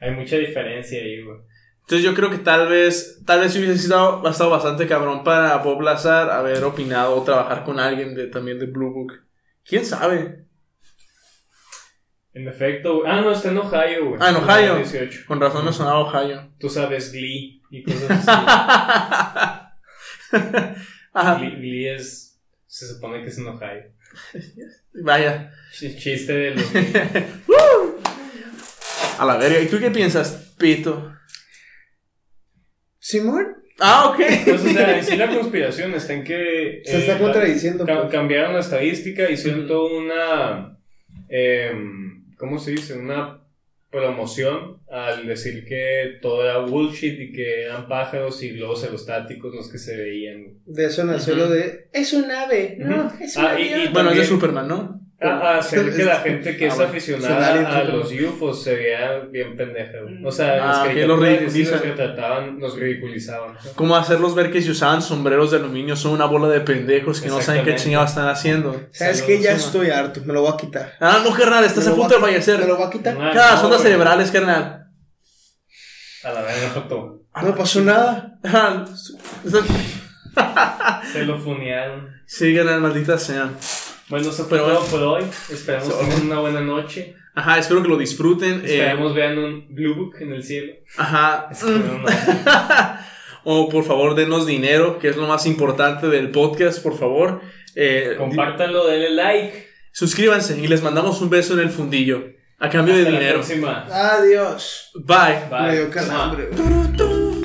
[SPEAKER 5] Hay mucha diferencia ahí, güey.
[SPEAKER 3] Entonces yo creo que tal vez, tal vez hubiese sido estado bastante cabrón para Bob Lazar haber opinado o trabajar con alguien de, también de Blue Book. ¿Quién sabe?
[SPEAKER 5] En efecto, güey. Ah, no, está en Ohio, güey.
[SPEAKER 3] Ah, en Ohio.
[SPEAKER 5] 18.
[SPEAKER 3] Con razón no sonaba Ohio.
[SPEAKER 5] Tú sabes Glee y cosas así.
[SPEAKER 3] Ajá,
[SPEAKER 5] Glee, Glee es. Se supone que es en Ohio.
[SPEAKER 3] vaya.
[SPEAKER 5] Ch- Chiste de los. Glee.
[SPEAKER 3] A la verga. ¿Y tú qué piensas, Pito?
[SPEAKER 4] ¿Simón?
[SPEAKER 3] Ah, ok.
[SPEAKER 5] Pues, o sea, en sí la conspiración está en que.
[SPEAKER 4] Se
[SPEAKER 5] eh,
[SPEAKER 4] está contradiciendo.
[SPEAKER 5] ca-
[SPEAKER 4] pues.
[SPEAKER 5] cambiaron la estadística, hicieron
[SPEAKER 3] Ujú.
[SPEAKER 5] toda una. em, ¿Cómo se dice? Una promoción al decir que todo era bullshit y que eran pájaros y globos aerostáticos los que se veían.
[SPEAKER 4] De eso nació
[SPEAKER 3] Ujú.
[SPEAKER 4] lo de. Es un ave. No,
[SPEAKER 5] Ujú.
[SPEAKER 4] es un
[SPEAKER 5] Ah, y-
[SPEAKER 4] avión".
[SPEAKER 5] y-
[SPEAKER 3] Bueno, es de
[SPEAKER 5] También-
[SPEAKER 3] Superman, ¿no?
[SPEAKER 5] A a hacer que la gente que
[SPEAKER 3] Ah,
[SPEAKER 5] es
[SPEAKER 3] bueno.
[SPEAKER 5] aficionada a
[SPEAKER 4] Sonario,
[SPEAKER 5] los UFOs se vea bien pendeja. güey. O sea,
[SPEAKER 3] Ah,
[SPEAKER 5] las
[SPEAKER 3] ok,
[SPEAKER 5] caricaturas
[SPEAKER 3] los
[SPEAKER 5] de sí los
[SPEAKER 3] ridiculizan.
[SPEAKER 5] retrataban, los ridiculizaban. ¿no?
[SPEAKER 3] ¿Cómo hacerlos ver que si usaban sombreros de aluminio son una bola de pendejos que no saben qué
[SPEAKER 5] Exactamente.
[SPEAKER 3] chingados están haciendo?
[SPEAKER 4] ¿Sabes
[SPEAKER 5] Saludos,
[SPEAKER 4] qué? Ya
[SPEAKER 3] Simón.
[SPEAKER 4] estoy harto. Me lo voy a quitar.
[SPEAKER 3] Ah, no, carnal, estás
[SPEAKER 4] Me
[SPEAKER 3] a
[SPEAKER 4] lo
[SPEAKER 3] punto de
[SPEAKER 4] voy a- Me
[SPEAKER 3] fallecer.
[SPEAKER 4] lo voy a quitar.
[SPEAKER 5] Ah,
[SPEAKER 3] Cada
[SPEAKER 5] no,
[SPEAKER 3] ondas
[SPEAKER 5] güey.
[SPEAKER 3] cerebrales, carnal.
[SPEAKER 5] A la verga, Joto.
[SPEAKER 4] No pasó nada.
[SPEAKER 3] Ah,
[SPEAKER 5] Se lo funearon.
[SPEAKER 3] Sí, carnal, maldita sea.
[SPEAKER 5] Bueno, eso fue
[SPEAKER 3] Pero
[SPEAKER 5] todo por hoy. Esperamos
[SPEAKER 3] So-
[SPEAKER 5] tengan una buena noche.
[SPEAKER 3] Ajá, espero que lo disfruten. eh,
[SPEAKER 5] Esperamos vean un Blue Book en el cielo.
[SPEAKER 3] ajá. mm,
[SPEAKER 5] Espero no.
[SPEAKER 3] o por favor, denos dinero, que es lo más importante del podcast, por favor. Eh,
[SPEAKER 5] Compártanlo, denle like.
[SPEAKER 3] suscríbanse y les mandamos un beso en el fundillo. A cambio
[SPEAKER 5] Hasta
[SPEAKER 3] de
[SPEAKER 5] la
[SPEAKER 3] dinero.
[SPEAKER 5] próxima.
[SPEAKER 4] Adiós.
[SPEAKER 3] Bye.
[SPEAKER 5] Bye.
[SPEAKER 4] Me dio calambre. güey.
[SPEAKER 3] Turu, turu.